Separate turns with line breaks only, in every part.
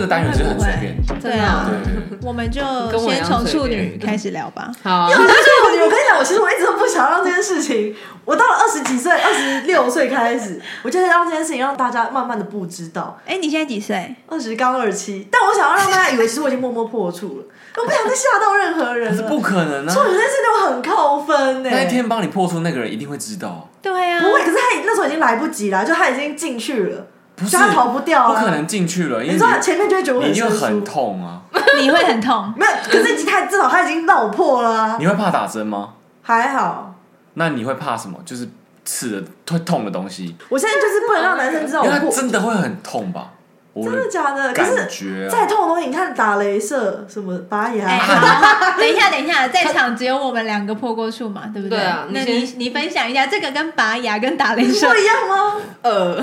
个单元其实很随便。
真
对啊
的。
对，
我们就
跟我一
先
样
从
随
处
便
女开始聊吧。
好
因为，我当处女，我跟你讲，我其实我一直都不想让这件事情。我到了二十几岁，二十六岁开始，我就是让这件事情让大家慢慢的不知道。
哎、你现在几岁？
二十刚二七，但我想要让大家以为其实我已经默默破处了，我不想再吓到任何 人
这
了。
不可能
处女
啊！
这件事对我很扣分呢、
那一天帮你破处那个人一定会知道，
对啊
不会，可是他已那时候已经来不及了，就他已经进去了，
不是
就他逃不掉
不
了。
可能进去了，因为
你知道他前面就会觉得我
你一定
生
会
疏，
很痛啊！
你会很 痛。
没有，可是已经他至少他已经让我破了、啊，
你会怕打针吗？
还好。
那你会怕什么？就是刺的会痛的东西，
我现在就是不能让男生知道
因
我
为它
破，
真的会很痛吧？我
真的假的？可
感
是
觉
再
啊，
痛的东西，你看打雷射什么拔牙，
哎、好，等一下，等一下，在场只有我们两个破过处嘛，对不
对啊
那
你
你
先
你分享一下这个跟拔牙跟打雷射
不一样吗？
呃，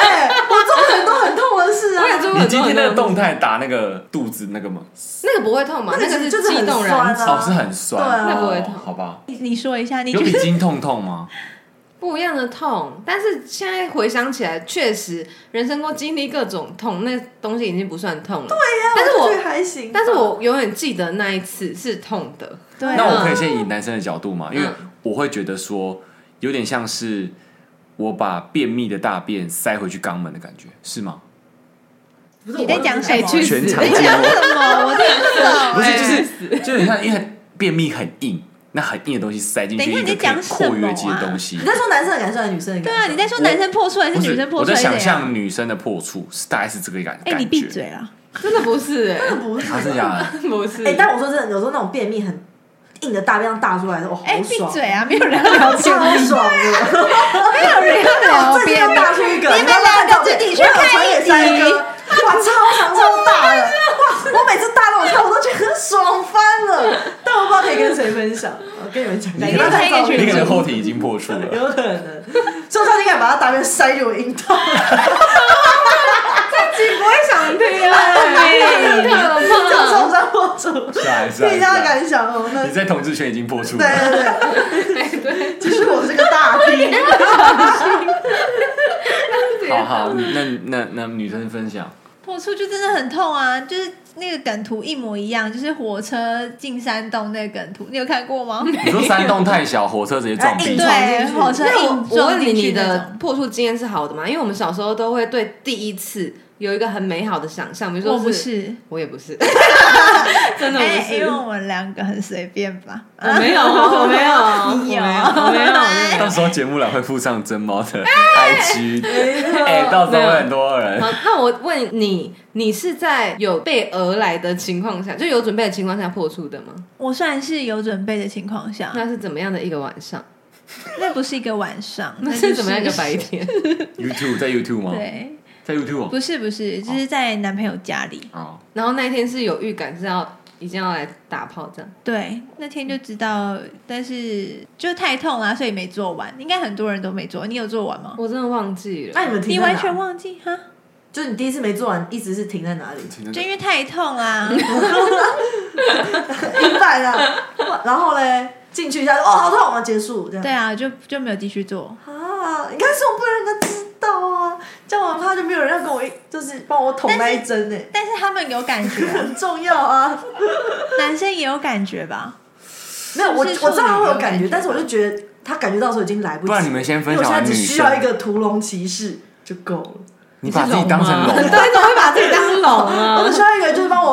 哎、我做了很多很痛的事啊
我。也做过
你
很
今
多
天
很
那个
多
动态打那个肚子那个吗？
那个不会痛嘛？
那
那
个
个
就是
激
很
动
酸
燃
啊
脂，
哦，是很酸，
对啊
哦
那不会痛
好吧？
你你说一下，你
有
觉
比
得
经痛痛吗？
不一样的痛。但是现在回想起来，确实人生中经历各种痛，那东西已经不算痛了。对呀、但是
哎我
我
觉得还行，
但是我永远记得那一次是痛的。
对
那我
啊？
可以先以男生的角度嘛，因为
嗯
我会觉得说，有点像是我把便秘的大便塞回去肛门的感觉，是吗？
不是
你在
我哎
讲
忘记了
谁去死？
全
你
场
讲什么？我听不懂。
不是，
哎
就是就有点像，因为便秘很硬，那很硬的东西塞进去
等一下
一个
哎你在
可
讲
以括约肌
什么
的
啊
东西
你，在说男生的感受还是女生的感
对
受？
啊，你在说男生破处还是
不
女
是
生，破
我
处？
在
还是怎
想
样？
象女生的破处，是大概是这个感
哎、
感
你闭
觉。
嘴啦！
真的不是哎、
真的不是
他是假 的，
不是。
哎、但我说真的，有时候那种便秘很硬的大便量大出来的，我好
哎、闭
爽，
嘴啊！没有人要聊天，
超爽啊的。
没有人要聊
我最近
天
又。大出一个，
你们两个自己去
我有传给
看
三
一集
哥，哇，超长超大的，哇，我每次大到我看我都觉得很爽翻了，但我不知道可以跟谁分享，我跟你们讲，
你
可
可
能
看照
可以
能
去
你可能
片，
后庭已经破处 了，
有可能，所以我上次敢把它大便塞入我阴道，
不会想听啊，
这种
可
受伤破处，
是啊是啊
你
是
大家
啊。
敢想哦，那
你在同志圈已经破处
对
了，
对对对，其实我是个大 P，
好好，你那那那女生分享，
破处就真的很痛啊，就是那个梗图一模一样，就是火车进山洞那个梗图，你有看过吗？
你说山洞太小，火车直接撞
哎
壁
硬，撞
对
进，去
火车
那
硬
我我
撞
问你，
进
你
去那
的
种。
破处经验是好的吗？因为我们小时候都会对第一次有一个很美好的想象，比如说
我不，是，
我也不是，真的我
哎，因为
不
我们两个很随便吧？
是， 我没有，我没有，
你有
哦我没我没有， 我没有
到时候节目栏会附上真猫的 IG，哎、到时候会很多人。
好，那我问你，你是在有备而来的情况下，就有准备的情况下破处的吗？
我算是有准备的情况下，
那是怎么样的一个晚上？
那不是一个晚上，
那
就是
怎么样一个白？天？
YouTube 在 YouTube 吗？
对，
在 YouTube 哦
不是不是，就是在男朋友家里。
哦。
然后那一天是有预感是要已经要来打炮这样。
对，那天就知道，但是就太痛了，所以没做完。应该很多人都没做，你有做完吗？
我真的忘记了。
那你们
你
停在
完
哪
啊
全，忘记哈？
就是你第一次没做完，一直是停在哪里？
就因为太痛啦、
明白了。啊然后嘞，进去一下，哦，好痛，我要结束这样。
对啊，就就没有继续做。
啊，你看，是我不能让他知道啊，这样我很怕就没有人要跟我一，就是帮我捅那一针呢、
但是他们有感觉、啊，
很重要啊。
男生也有感觉吧？
没有，我我
是
知
处女
道他会有
有
感
感觉
觉，但是我就觉得他感觉到的时候已经来不及。
不然你们先分享
因为我
完
现在
女
只
生
需要一个屠龙骑士就够了，
你把自己当成
你是
龙，
对，怎么会把自己当龙
我只
啊？
需要一个就是帮我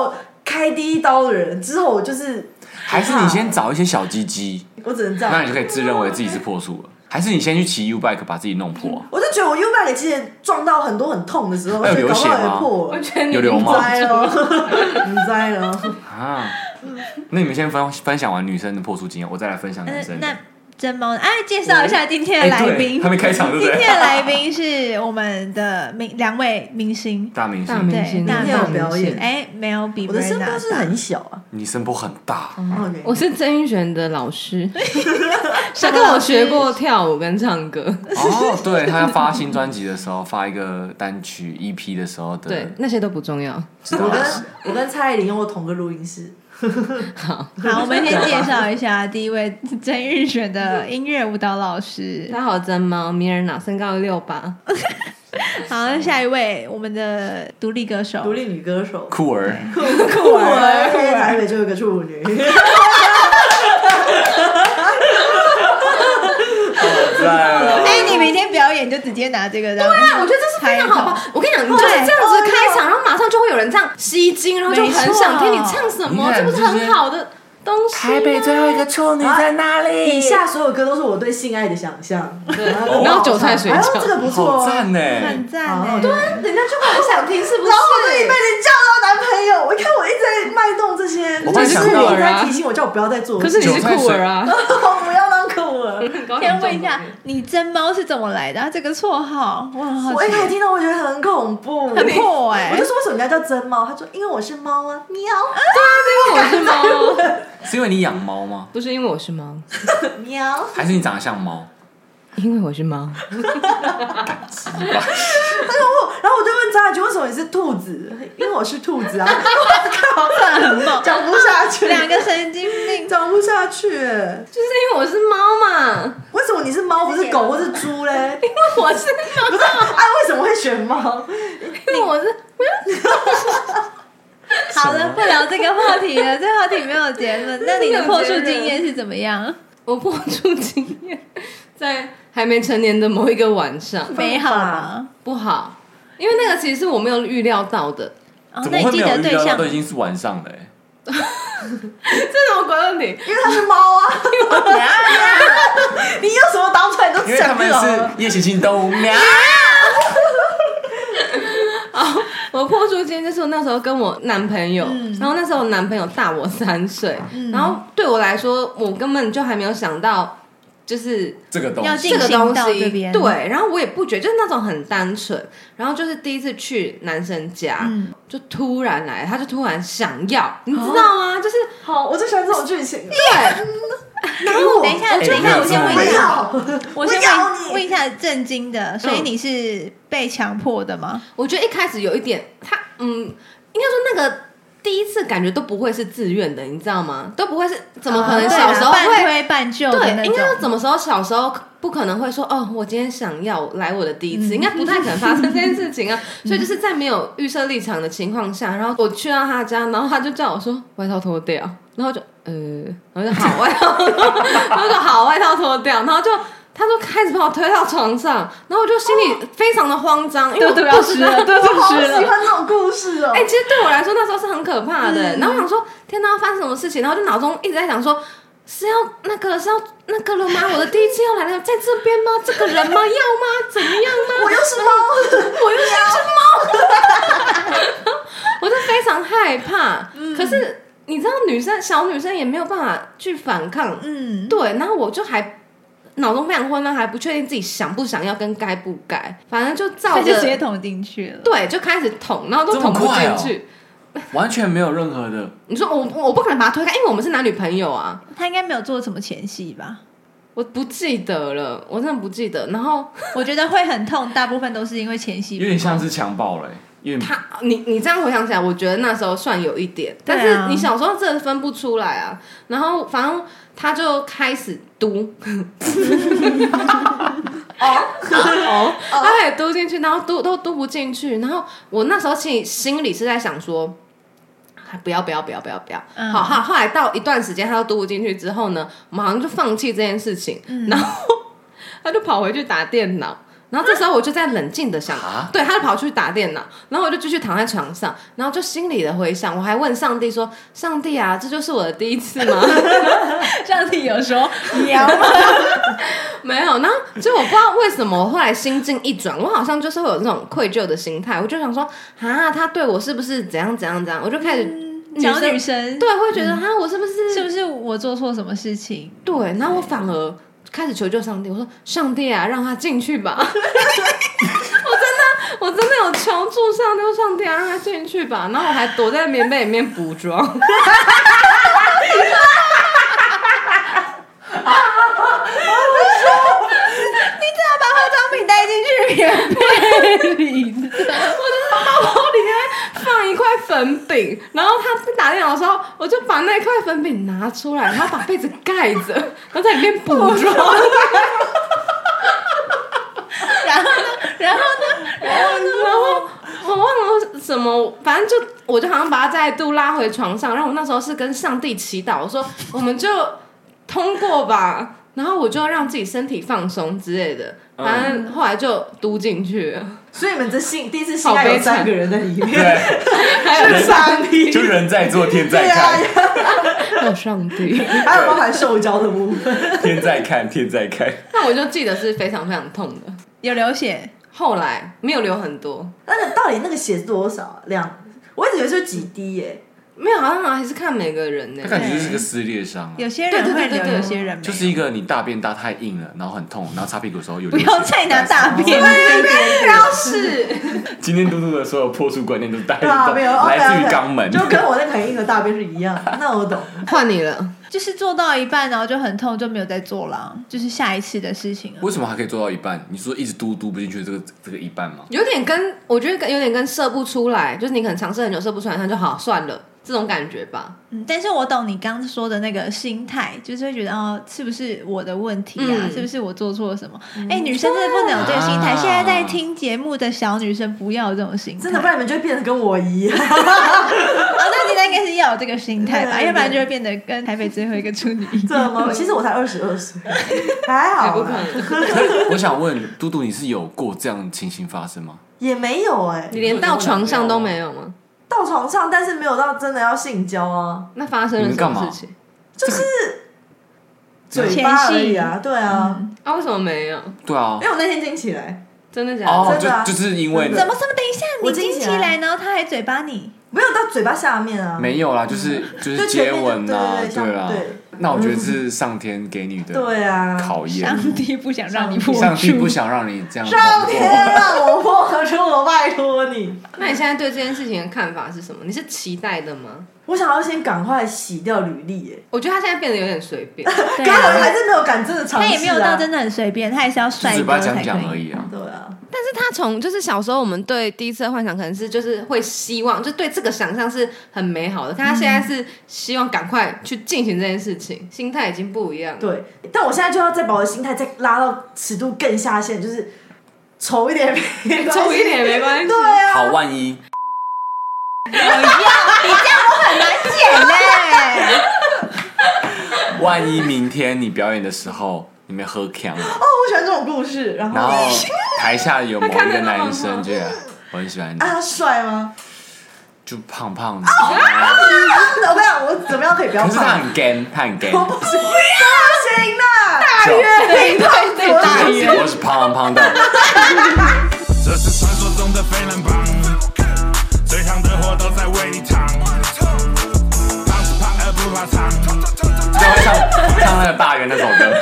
开第一刀的人。之后我就是，
还是你先找一些小鸡鸡，
我只能这
那
样
你。就可以自认为自己是破处了。还是你先去骑 U bike 把自己弄破？
我就觉得我 U 麦其实撞到很多很痛的时候，
还有
就搞
流
不好
血吗
也破
我
了，
觉得你
有流
你
吗
栽了，你栽了。
啊？那你们先分分享完女生的破处经验，我再来分享
但
男
是
生的。
呃那真猫呢，哎，介绍一下今天的
哎对
来宾。
还没开场对不
今
对？
天的来宾是我们的明两位明星，
大明
大
星，
明星，
对
大
大明星
明星
表演
哎，没有比
我的声
Brenna
波是
大
很小啊，
你声波很大，
哦
我是曾玉璇的老师， 他跟我学过跳舞跟唱歌，
哦，对，他发新专辑的时候，发一个单曲 EP 的时候的，
对，那些都不重要。
知道
我跟
了
我跟蔡依林用过同个录音室，
好，我们先介绍一下第一位曾玉璇的音乐舞蹈老师
大。家好，真猫，名人脑，身高六八，
好，那下一位，我们的独立歌手
独，立女歌手，
酷儿，
酷酷儿，在台北就有个处 女，
在
哎，你明天表演就直接拿这个当，对
啊但我觉得这是非常好吧。我跟你讲，你就是这样子开场，然后马上就会有人这样吸睛，然后就很想听你唱什么，
没错
这不是很好的东西吗？
最后一个处女
在
哪里
哦以下所有歌都是我对性爱的想象，
哦
然
然
后
后
韭菜水饺
哎呦这个不错
好
哦，
赞呢！
很赞
好
哎，
对
哦啊人家就很想听，是不是？
然后我都已被你叫到男朋友，我看我一直在脉动这些，
我
就
在
是
想
你
到啊
一直在提醒我，叫我不要再做。
可是你是酷儿啊！
我不要当酷儿。
先问一下，你真猫是怎么来的啊？这个绰号，我 很好
我一
奇，
开始听到，我觉得很恐怖，
很破
我
哎
就，说为什么人家叫真猫？他说因为我是猫啊，喵
因为我是猫，
是因为你养猫吗？
不是因为我是猫，
喵。
还是你长得像猫？
因为我是猫。
是吧？
然后我就问张雅菊为什么你是兔子？因为我是 兔子啊，
很猛，
讲不下去，
两个神经病，
讲不下去。
就是因为我是猫嘛，
为什么你是猫不是狗或是猪嘞？
因为我是
不是，哎，为什么会选猫？
因为我是
好了，不聊这个话题了，这 话题没有结论。那你的破处经验是怎么样？
我破处经验，在还没成年的某一个晚上
美好吗？
不好，因为那个其实是我没有预料到的，
哦，
怎
那
么
你
会没
记
有
得
遇
对
到到？
象
都已经是晚上了欸，
这种鬼问题，
因为它是猫 啊。你用什么答不出来你都
因为他
讲不
们
了了。
是夜行性动物。喵
我破处经验就是我那时候跟我男朋友，
嗯
然后那时候我男朋友大我三岁，然后对我来说，我根本就还没有想到，就是
这个东
要
西
进
这个东
行到
西
这边
对，然后我也不觉得，就是那种很单纯。然后就是第一次去男生家，
嗯哦
就突然来，他就突然想要，你知道吗？就是
好，我最喜欢这种剧情了。
对，
然后
等一下，
哎
等一下，
没有
我先问
没
一
有
下，
要，
我先
咬
问
你
问一下震惊的，所以你是被强迫的吗？
我觉得一开始有一点，他嗯，应该说那个。第一次感觉都不会是自愿的，你知道吗？都不会是怎哦么可能
哦对
小
啦
时候
半
会
推半就的那
对，应该是
种？
怎么时候小时候不可能会说哦，我今天想要来我的第一
嗯
次，应该不太可能发生这件事 情啊。所以就是在没有预设立场的情况下，然后我去到他家，然后他就叫我说外套脱掉，然后就呃，然后就好外套， 然后就好外套脱掉，然后就。他就开始把我推到床上，然后我就心里非常的慌张，因为我
肚
不
子
知
要
道
湿了，肚
我
子
好
湿
喜
了。
欢这种故事哦
哎、。其实对我来说那时候是很可怕的。
嗯
然后我想说，天哪，要发生什么事情？然后就脑中一直在想说，是要那个了，是要那个了吗？我的第一次要来了，在这边吗？这个人吗？要吗？怎么样吗？
我又是猫，
我又是只猫， 我就非常害怕。
嗯
可是你知道，女生小女生也没有办法去反抗。
嗯，
对，然后我就还。脑中非常混乱，还不确定自己想不想要跟该不该，反正就照
他
着
就直接捅进去了。
对，就开始捅，然后都
这么
捅不
快
进
哦
去。
完全没有任何的，
你说我我不可能把他推开，因为我们是男女朋友啊，
他应该没有做什么前戏吧？
我不记得了，我真的不记得。然后
我觉得会很痛，大部分都是因为前戏
有。点像是强暴了欸，因为
他，你你这样回想起来，我觉得那时候算有一点，
对啊
但是你小时候真的分不出来啊。然后反正他就开始嘟，哦哦，他开始嘟进去，然后嘟都嘟不进去。然后我那时候心里心里是在想说。还不要不要不要不要不要！
嗯
好，好，后来到一段时间，他都嘟不进去之后呢，我们好像就放弃这件事情，然后他就跑回去打电脑，然后这时候我就在冷静的想
啊，
对，他就跑去打电脑，然后我就继续躺在床上，然后就心里的回想，我还问上帝说：“上帝啊，这就是我的第一次吗？”
上帝有说
喵。
没有，然后就我不知道为什么，我后来心境一转，我好像就是会有这种愧疚的心态，我就想说啊，他对我是不是怎样怎样怎样？我就开始女
小
生
女生，
对会觉得哈，我是不是
是不是我做错什么事情？
对？然后我反而开始求救上帝，我说：“上帝啊，让他进去吧。” 我真的，我真的有求助上帝，我说上帝啊，让他进去吧。然后我还躲在棉被里面补妆，
把化妆品带进去棉被里，
放一块粉饼。然后他在打电脑的时候，我就把那块粉饼拿出来，然后把被子盖着，然后在里面补妆。
然后呢，然后呢，
我忘了什么，反正就我就好像把他再度拉回床上，然后我那时候是跟上帝祈祷，我说我们就通过吧，然后我就让自己身体放松之类的，反正后来就嘟进去了，
所以你们这性第一次性爱有三个人在里 面，
对，
还有
傻逼
就人在做天在
对啊
看，，
还有 上帝，
还有包含受教的部分。
天在看，天在看。
那我就记得是非常非常痛的。
有流血，
后来没有流很多，
那个到底那个血是多少啊？两，我一直以为是几滴耶、
没有，好像还是看每个人 呢、
他感觉就是个撕裂伤、啊，
有些
对
人
对
会
对对
流，
对
有些人没有。
就是一个你大便大太硬了，然后很痛，然后擦屁股的时候有
不
流血。
要再拿大便，
要是
今天嘟嘟的所有破除观念都带
对啊，没有
来自于
OK，OK，
肛门，
就跟我那个很硬的大便是一样。那我懂，
换你了，
就是做到一半，然后就很痛，就没有再做了，就是下一次的事情了。
为什么还可以做到一半？你说一直嘟嘟不进去这个这个一半吗？
有点跟我觉得跟有点跟射不出来，就是你可能尝试很久射不出来，那就好算了这种感觉吧。
嗯，但是我懂你刚说的那个心态，就是会觉得哦，是不是我的问题啊？
嗯
是不是我做错了什么？
嗯
哎、女生真的不能有这个心态。
啊
现在在听节目的小女生不要有这种心态，
真的，不然你们就会变得跟我一样。
哦，那你应该是要有这个心态吧，
对对对
要不然就会变得跟台北最后一个处女一
怎
样。
么？其实我才二十二岁，还
哎
还
好
不
啦
可，能，
我想问嘟嘟，你是有过这样的情形发生吗？
也没有哎、
你连到床上都没有吗？
到床上，但是没有到真的要性交啊，
那发生了什
你们干
么
嘛
事情？
就是嘴
前
巴而
戏嗯
已啊，对啊，
啊，为什么没有？
对啊
因，为我那天惊起来，
真的假的？
哦，
真的啊
就就是因为
真
怎
的
么什么？等一下，
我
你
惊
惊
起
起
来
来，然后他还嘴巴你，
没有到嘴巴下面啊，
没有啦，就是就是
就
接
前面
吻啊，
就对对对
对啊
对。
那我觉得是上天给你的
对啊，
考验
上，帝不想让你
上
破
上帝不
处。
想让你这样
上
通过。
天让我破除，我拜托你。
那你现在对这件事情的看法是什么？你是期待的吗？
我想要先赶快洗掉履历耶，
我觉得他现在变得有点随便，
对啊
刚好还是没有敢真的尝
他
试、啊，
也没有到真的很随便，他也是要
就
帅
嘴
哥
巴
才
讲讲
可
而
以。
已啊，
对啊，
但是他从就是小时候，我们对第一次的幻想可能是就是会希望，就对这个想象是很美好的。但他现在是希望赶快去进行这件事情，心态已经不一样了。
对。但我现在就要再把我的心态再拉到尺度更下限，就是丑一点没关系，
重一点也没关系
对。啊，
好万一
剪嘞，
万一明天你表演的时候你们喝 呛了，
哦我喜欢这种故事。然
然
后
后台下有某一
他看
个
得到
男
吗
生就我很喜欢你
啊，，他帅吗？
就胖胖的，
啊我跟你讲，我怎么样可以不要
可是他
胖？
很 gay，他很 gay，
我不行，不行啦！
大
对对对，大
我是我是胖胖的，
这是传说中的飞人榜，最烫的火都在为你烫，胖是胖而不怕烫。
就会唱唱那个大圆那首歌，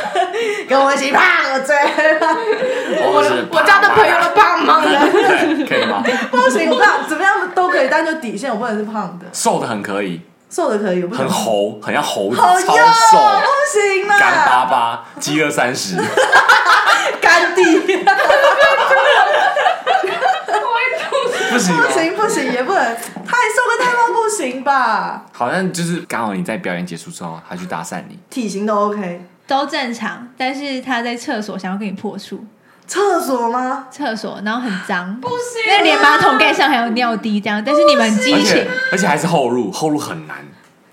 跟我一起胖，我最
我是
我交的朋友都胖胖了，
对可以吗？
不行，我胖怎么样都可以，但就底线我不能是胖的，
瘦的很可以，
瘦的可以，我不
很
能。
猴，很像猴子，
好
超
哟，
瘦，
不行啦，
干巴巴，饥饿三十，
干地，
不行吗啊
不？行不行，也不能太瘦跟太胖不行吧，
好像就是刚好你在表演结束之后，他去搭讪你，
体型都 OK。
都正常。但是他在厕所想要跟你破处，
厕所吗？
厕所然后很脏，不啊
行
那连马桶盖上还有尿滴这样。但是你们激
而
情
且，而且还是后入，后入很难。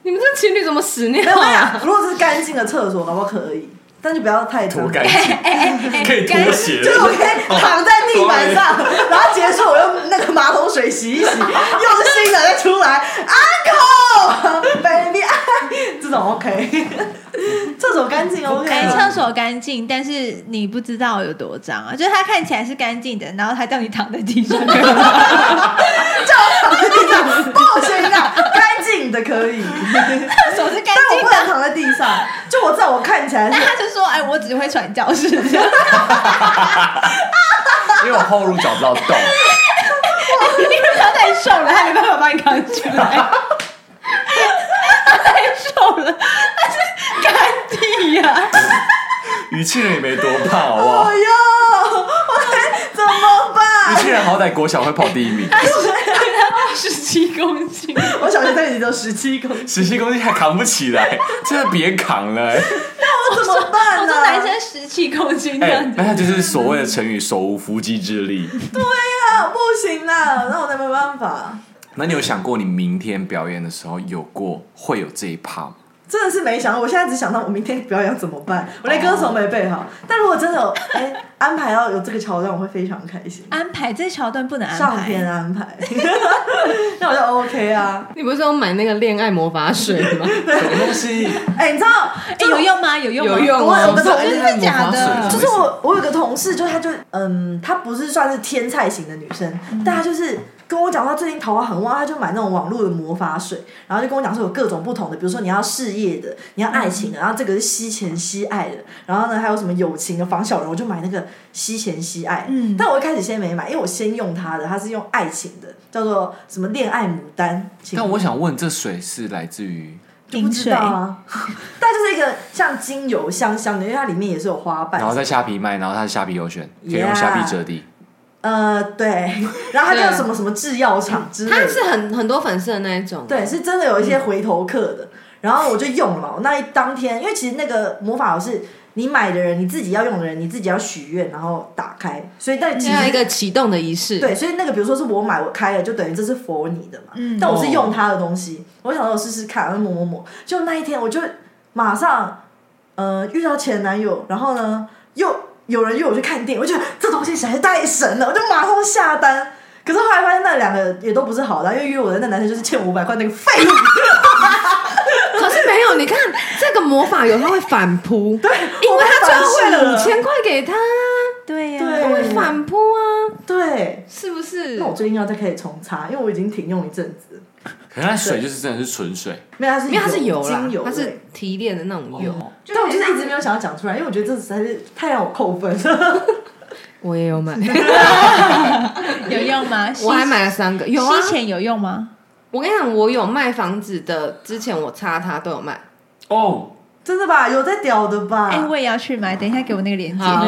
你们这情侣怎么屎
没
尿
有
啊？
啊，如果是干净的厕所，搞不好可以，但就不要太
脱
脏。
干
哎
净，可以脱鞋
就是我可以躺在地板上，然后结束我用那个马桶水洗一洗， 用新的再出来，uncle baby，这 种 OK，厕 所干净 OK，
哎，
啊
厕所干净，但是你不知道有多脏啊！就是他看起来是干净的，然后他叫你躺在地上，
叫我躺在地上，不行啊，干净的可以，
手是干
但我
净
不能
的。
躺在地上，就我在我看起来
那
是
他就说：“哎，我只会传教士。这样
因为我后入找不到洞。
因为他太瘦了，他没办法把你扛起来。他太瘦了，他是干地啊呀、
于庆人也没多胖，好不好
哎？呦， 我该怎 么
于
办？
庆人好歹国小会跑第一名，
十七公斤，
我小学三年级都十七公斤，
十七公斤还扛不起来，真的别扛了、哎
我怎么办
我
呢、
说男生十七公斤这
哎
样，子，
那他就是所谓的成语“手无缚鸡之力
啊，不行啦，那我那没办法，”。
那你有想过你明天表演的时候有过会有这一趴吗？
真的是没想到。我现在只想到我明天表演怎么办，我连歌手没备
哦
好。但如果真的有哎、安排到有这个桥段，我会非常开心。
安排这桥段不能安排。
上天啊安排， 那我就 OK 啊。
你不是有买那个恋爱魔法水吗？
什么东西？
哎、你知道，
哎，有用吗？有用吗？
有用
啊
我
哦
有个同
真
事，
的假
水
的？
就是我我有个同事，就她就嗯，她不是算是天菜型的女生，
嗯
但她就是跟我讲，她最近桃花很旺，她就买那种网络的魔法水，然后就跟我讲说有各种不同的，比如说你要事业的，你要爱
嗯
情的，然后这个是吸钱吸爱的，然后呢还有什么友情的防小人，我就买那个吸钱吸爱。
嗯
但我一开始先没买，因为我先用它的，它是用爱情的，叫做什么恋爱牡丹。请
但我想问，这水是来自于
就不知道啊， 但就是一个像精油香香的，因为它里面也是有花瓣
然，后在虾皮卖，然后它是虾皮优选，可以用虾皮折抵。
呃，对， 然后它
对
叫什么什么制药厂之类
它
的，
是很很多粉丝的那一种，
对，是真的有一些回头客的。然后我就用了嘛，我那一当天，因为其实那个魔法油是你买的人，你自己要用的人，你自己要许愿，然后打开，所以但其
要
实
啊一个启动的仪式。
对，所以那个比如说是我买我开了，就等于这是佛你的嘛。但我是用他的东西，我想说我试试看，我就抹抹抹。就那一天，我就马上呃遇到前男友，然后呢又有人约我去看电影，我觉得这东西实在是太神了，我就马上下单。可是后来发现那两个也都不是好的，因为约我的那男生就是欠五百块那个废物。
可是没有，你看这个魔法油，它会反扑，对，因为他最后汇了五千块给他，
对呀，
对
它会反扑啊，
对，
是不是
那？我最近要再开始重擦，因为我已经停用一阵子了。
可是它水就是真的是纯水，
没有，它是
因为它是油哦啦
精油，
它是
味
提炼的那种油。
但我就是一直没有想要讲出来，因为我觉得这实在是太让我扣分了。
我也有 买，
有用吗？
我还买了三个，有啊。
吸钱有用吗？
我跟你讲，我有卖房子的，之前我擦它都有卖。
哦。
真的吧？有在屌的吧？
哎，我也要去买，等一下给我那个链接。
好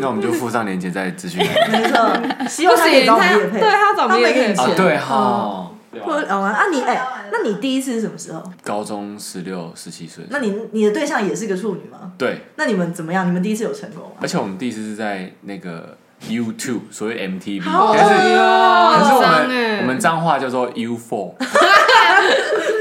那我们就附上链接在资讯栏
没错， 希望他可以找我们业配，
不行他对他找我们业配
他没给你
啊
钱，，
对哈。
不哦啊，你哎、那你第一次是什么时候？
高中十六、十七岁，
那你你的对象也是个处女吗？
对，
那你们怎么样？你们第一次有成功吗？
而且我们第一次是在那个 YouTube，所谓 MTV，
好
但是
哦
可是我
很脏欸
们我们脏话叫做 U Four，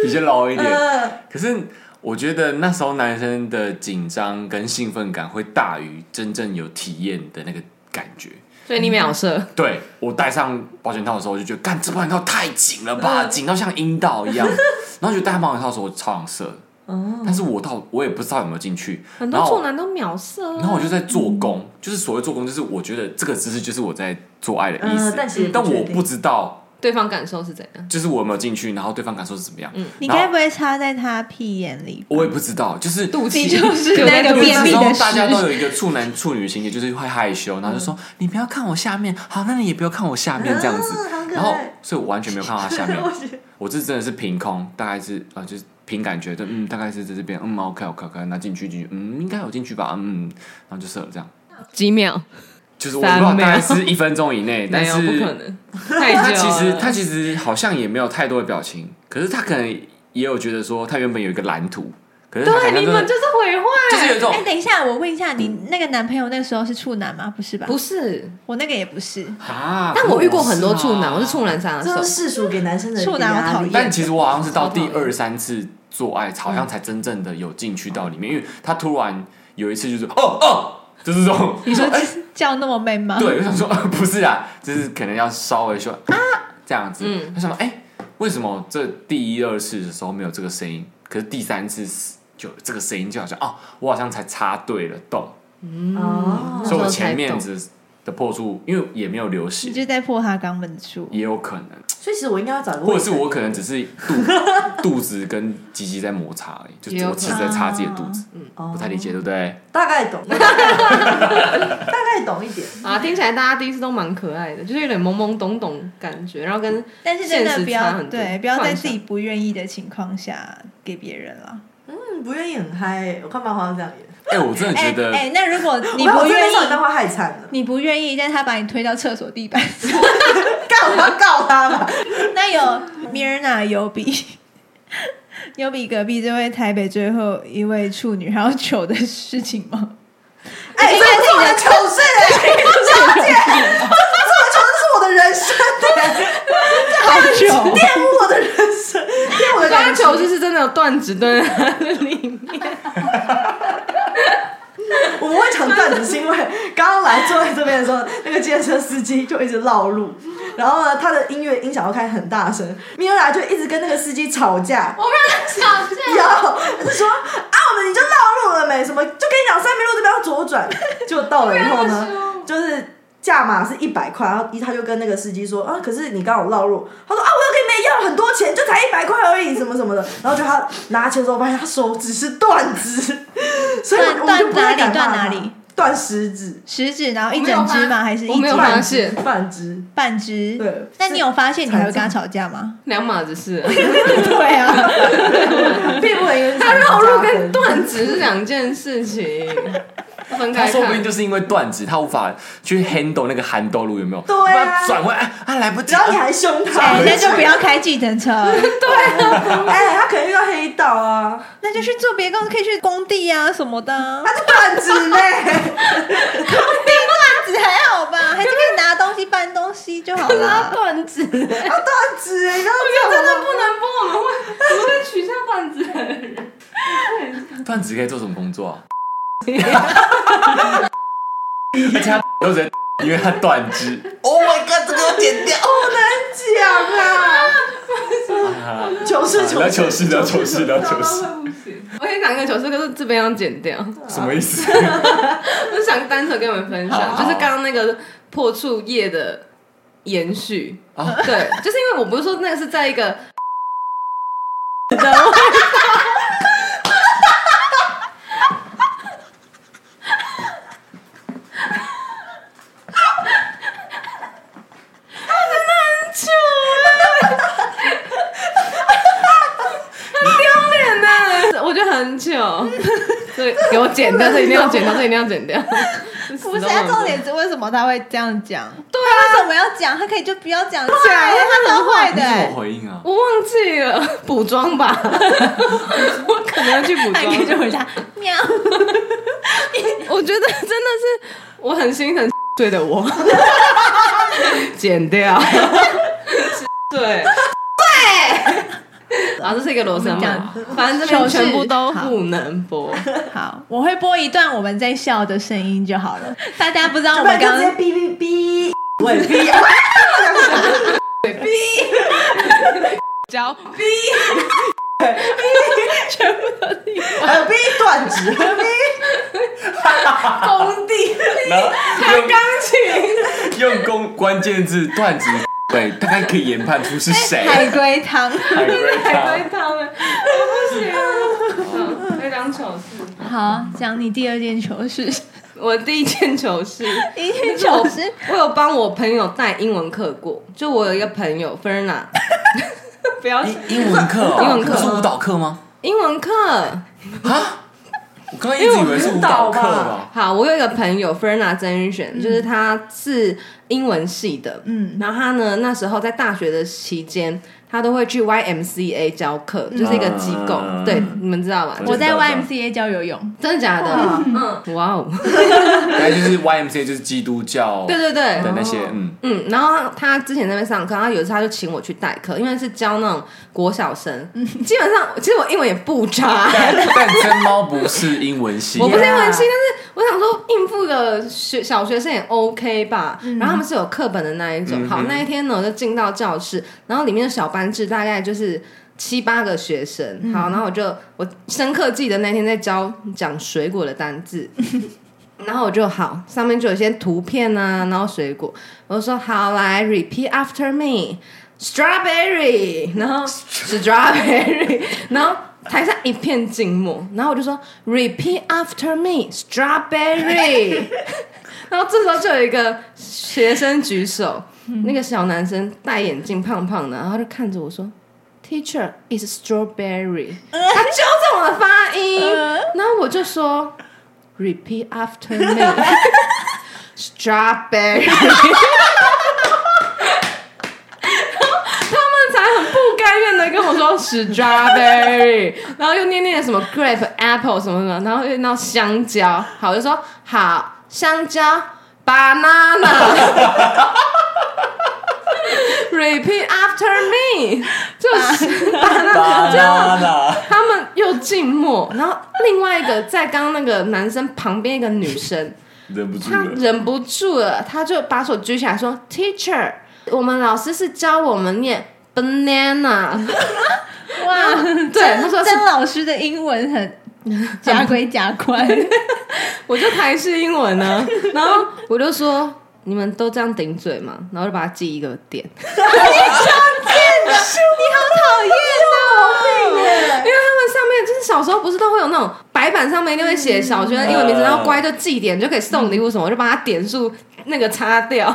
比较 low 一点。
呃，
可是我觉得那时候男生的紧张跟兴奋感会大于真正有体验的那个感觉。
所以你秒射，
对我戴上保险套的时候，我就觉得，干这保险套太紧了吧，
嗯
紧到像阴道一 样。然后就戴上保险套的时候，我超想射的，但是我到我也不知道有没有进去。
哦很
然
多
后
处男都秒射啊。
然后我就在做工，就是所谓做工，就是我觉得这个姿势就是我在做爱的意思，
嗯但其实不
但
确
我
定
不知道
对方感受是怎样？
就是我有没有进去，然后对方感受是怎么样，
你
然后
该不会插在他屁眼里？
我也不知道，就是
肚
你
脐
就是那个
有
便秘
那时
的
候大家都
事。
有一个处男处女情节，就是会害羞，然后就说、你不要看我下面，好，那你也不要看我下面这样子，
啊好可爱
然后所以我完全没有看到他 下面，
我觉得
我这真的是凭空，大概是啊、就是凭感觉，就嗯，大概是在这边，嗯，OK OK OK，那进去进去，嗯，应该有进去吧，嗯，然后就射了这样。
几秒，
就是我不知道
三秒
大概是一分钟以 内，但
没
是
有不可能，太久
他其实
了
他其实好像也没有太多的表情，可是他可能也有觉得说他原本有一个蓝图，可是他好
对
像
你
真
们
的
就是毁坏，
就是有一种
哎，等一下，我问一下，你那个男朋友那时候是处男吗？不是吧？
不，是？
我那个也不是。
啊。
哎但我遇过很多处男，我是
男，
处男杀
这
手
是。世俗给男生的
处男我
压力
讨厌
但其实我好像是到第二三次做爱，好
嗯
像才真正的有进去到里面，因为他突然有一次就是哦哦，就是这种，
你说叫那么妹吗？
哎 对，我想说不是啊，就是可能要稍微说啊这样子，
嗯
他想说哎、为什么这第一二次的时候没有这个声音，可是第三次是就有这个声音就好像哦，我好像才插对了洞。
哦
所以我
那时候才
前面
懂
只的破处，因为也没有流
你
血，
就在破他肛门处。
也有可能，
所以其实我应该要找一个
或
位
者
置，
是我可能只是肚 肚子跟鸡鸡在摩擦而已，
也
就
有
我
可
只
能
是在擦自己的肚子，
哦
不太理解，对不对？
大概懂， 大概懂一点。
啊，听起来大家第一次都蛮可爱的，就是有点懵懵懂懂感觉，然后跟
但是真
现
的
实
不
差
要
很多
对，不要在
幻
自己
想
不愿意的情况下给别人了。
嗯，不愿意很嗨，我看漫画都这样
哎，
演，
我真的觉得
哎、哎那如果你
我
不
真
愿
的
意
被，少女漫画害惨了，
你不愿意，但他把你推到厕所地板，
干我要告他吧。
那有 Mirna 有比 有比隔壁这位台北最后一位处女还要糗的事情吗？
哎，这不是我的糗事哎，小姐，这不是我的糗事，是我的人生哎，
好糗！
玷污我的人生，玷污我的
刚
感
刚
情。
球就是真的有断指蹲在那里面，
我们会讲段子，是因为刚刚来坐在这边的时候，那个健身司机就一直绕路，然后呢，他的音乐音响要开很大声，米尔拉就一直跟那个司机吵架。
我让他想象
有，他就说啊，我们你就绕路了没？什么就跟你讲三明路这边要 左转，就到了以后呢，就是价码是一百块，然后一他就跟那个司机说啊，可是你刚好绕路，他说啊，我又跟你们要很多钱，就才一百块而已，什么 什么的。然后就他拿钱的时候发现他手指是断指， 所以我我
断
就不太敢
断哪里
骂他
断哪里？
断食指、
食指，然后一整只吗？还是一
我没有
指
发
半
现
指、半指。
半只？
对
那你有发现你还会跟他吵架吗？
两码子事、啊，
对啊，
并不能因为
他绕路跟
断，
断指是两件事情，分
他
开
说不定
看。
就是因为断指，他无法去 handle 那个寒豆路，有没有？
对啊
无法转弯，啊啊，来不及
只要你
了。
还 凶他，
哎，那就不要开计程车，
哎，他可能遇到黑道啊，
那就去做别的工作，可以去工地啊什么的啊。
他是断指呢。
断指还好 吧，还是可以拿东西搬东西就好
他
了。
断指，我真
啊，断指，你刚刚
的不能播，我们会我们会取消断指的人。
断指可以做什么工作啊？ 而且他都在，因为他断指。
Oh my god，这个要剪掉，好难讲啊！
啊
糗事糗
聊
事
糗事，聊糗事，聊糗事，
我先讲一个糗事，可是这边要剪掉。
什么意思？
我想单纯跟你们分享，
好
就是刚刚那个破处夜的延续。
啊
对，就是因为我不是说那个是在一个
欸
真的很 糗，我觉得很糗，对，给我剪掉，这一定要剪掉，这一定要剪掉。
不
不
是啊，重点是为什么他会这样讲？对啊，为什么要讲？他可以就不要讲出来，他超坏的
你怎么
欸，
回应啊？
我忘记了 补妆吧，我可能要去补
他可以就
妆。
回答喵。
我觉得真的是我很心 疼对的我，剪 掉，对。啊，这是一个罗生门，反正这边全部都不能播。
好，我会播一段我们在笑的声音就好了。大家不知道我
不
们
然就
刚
直接
刚
哔哔哔，我也哔啊，
脚
还有哔断指，哔
工地
然后
弹钢琴，
用用公关键字断指，对，大概可以研判出是谁。
哎海龟 汤。
海龟
海
汤
龟汤哎，我不行了。 好，来讲糗事。
好，讲你第二件糗事。
我第一件糗事，
第一 件糗事，
我有帮我朋友带英文课过，就我有一个朋友 Ferna，不要
英英文课哦，
英文课
是舞蹈课吗？
英文课。
啊，我刚刚一直以为是舞蹈课吧。
好，我有一个朋友 Ferna 曾云璇，就是她是英文系的，嗯，然后她呢那时候在大学的期间，她都会去 YMCA 教课，就是一个机构，
嗯
对，你们知道吧？
嗯
我在
知道
YMCA 教游泳，
真的假的？嗯，哇哦，
大概就是 YMCA 就是基督教
对
的
对对，
那些，嗯，
嗯，然后他之前在那边上课，然后有一次他就请我去代课，因为是教那种国小生。基本上，其实我英文也不 差，
但但真猫不是英文系，
我不是英文系
Yeah
但是我想说应付个学小学生也 OK 吧。然后他们是有课本的那一种。好，那一天呢，我就进到教室，然后里面的小班制大概就是七八个学生。好，然后我就我深刻记得那天在教讲水果的单字。 然后我就好，上面就有一些图片啊，然后水果，我就说好来，repeat after me。strawberry，然后 strawberry，然 后台下一片静默，然后我就说 repeat after me strawberry，然后 这时候就有一个学生举手，那个小男生戴眼镜，胖胖的，然后他就看着我说。Teacher is strawberry，他纠正我的发音，然后我就说，repeat after me，strawberry。他们才很不甘愿的跟我说 strawberry，然后 又念念什么 grape、apple 什么什么，然后又念到香蕉，好我就说好香蕉 banana 。Repeat after me，就是
巴拿拿，
他们又静默，然后另外一个在刚刚那个男生旁边一个女生，
忍不住
他
了。
忍不住了，他就把手举起来说：“Teacher，我们老师是教我们念 banana。
哇，
对，他说是
曾老师的英文 很假鬼假怪，
我就台式英文呢、 然后我就说你们都这样顶嘴嘛，然后就把它记一个点，
讨厌哦！
因为他们上面就是小时候不是都会有那种白板上面一定会写小学的英文名字，
嗯
然后乖就记点就可以送礼物什么，我就把它点数那个擦 掉，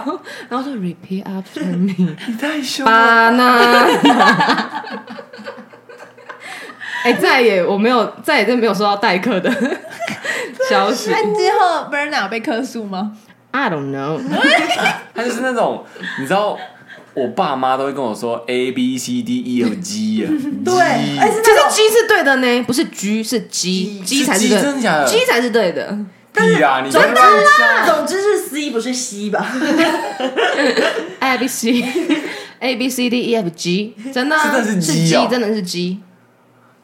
然后就 repeat after me
你太凶了，
banana。哎、再也我没有，再也真没有收到代课的 消 息。
那之后 Berna 被客诉吗？
I don't know。
他就是那种，你知道，我爸妈都会跟我说 A B C D E F G 呀，
对，
G
哎，是
其
那种
实鸡是对的呢，不是鸡是鸡，鸡才是
是
对
鸡真的假的
鸡才是对的。
屁啊，你在乱讲。
总之是 C 不是 C 吧？
A B C A B C D E F G，真的啊、
是真的是
是
鸡哦
真的是鸡，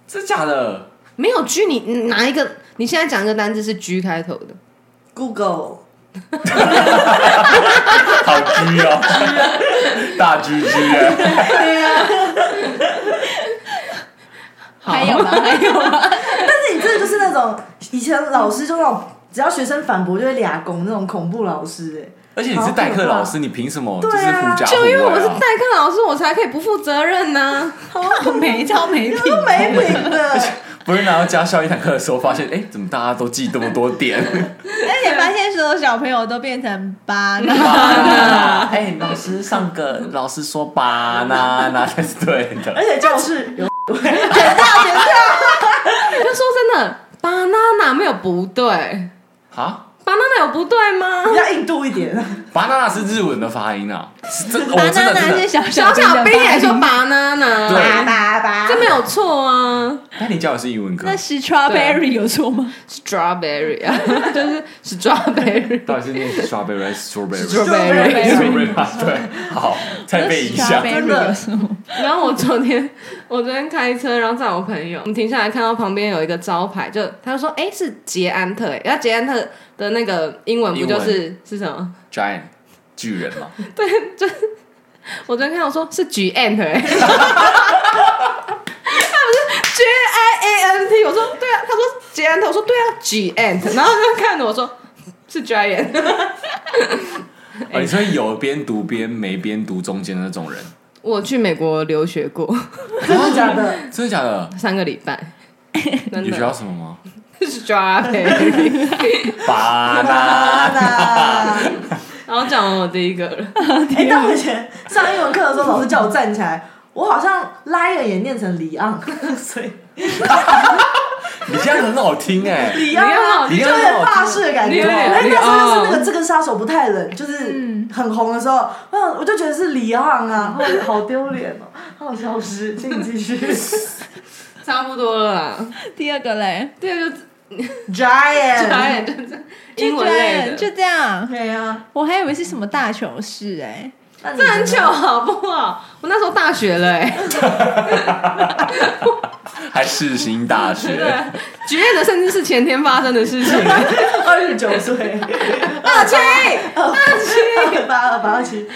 真假的？
没有 G，你你哪一个？你现在讲一个单字是 G 开头的，
哦
Google，
好狙哦，大狙狙哎！
好
还 有吗？还有吗？
但是你这就是那种以前老师就那种，只要学生反驳就会俩拱那种恐怖老师、哎，
而且你是代课老师，你凭什么就是
对啊
狐假虎
就
威
因为我是
啊？
代课老师，我才可以不负责任啊呐、
没超没 品，
都没品的。
不是拿到家校一堂课的时候，发现哎、诶怎么大家都记这么多点？
而且发现所有小朋友都变成巴
哦
那，
哎、老师上个老师说 吧，那那才是对
而
的。
且教室有
就说真的，banana 没有不对
啊，
，banana 有不对吗？
比较印度一点，
巴娜娜是日文的发音啊，是真，我
巴
真
那
的真
那是
的。
小
小小兵
兵
也说
巴，
叭
banana，
叭叭，
这没有错啊
那你教的是英文课
那，是 strawberry 有错吗？
，strawberry 啊，就是 strawberry。
到底是念 strawberry 还是 strawberry？
strawberry。
strawberry 吧对，好，再被影响。
strawberry 有错吗？
然后我昨天，我昨天开车，然后载我朋友，我们停下来看到旁边有一个招牌，就他就说：“哎，是捷安特。”哎，那捷安特的那个英文不就是是什么？
Giant 巨人嘛，
我昨天看到说是 G ant，哎， 他不是 G I A N T，我说对啊，他说捷安特，我说对啊，G ant，然后他就看着我说是 giant，
哦，你说有边读边没边读中间的那种人，
我去美国留学过
真的假的？
真的假的？
三个礼拜，真
有学到
的
什么吗？
是 strawberry。
巴
啦
拿
啦！
然后讲完我第一个了。
哎，但我以前上英文课的时候，老师叫我站起来，我好像 lion 也念成李昂， 所以
你这样很好听哎，
李昂啊
李
就
昂
有点法式的感
李
觉。
昂
哎，那时候就是那
李昂
个这个杀手不太冷，就是很红的时候，嗯，我就觉得是李昂啊，然后我就好丢脸哦，好消失，请你继续。
差不多了啦，
第二个嘞，
对，就
Giant，
Giant 就是英文类
就
的，
这样。
对啊，
我还以为是什么大糗事哎，
那你
这很久好不好？我那时候大学了哎、欸，
还世新大学，
举例的甚至是前天发生的事情，
二十九岁，
二七
二八二八二七，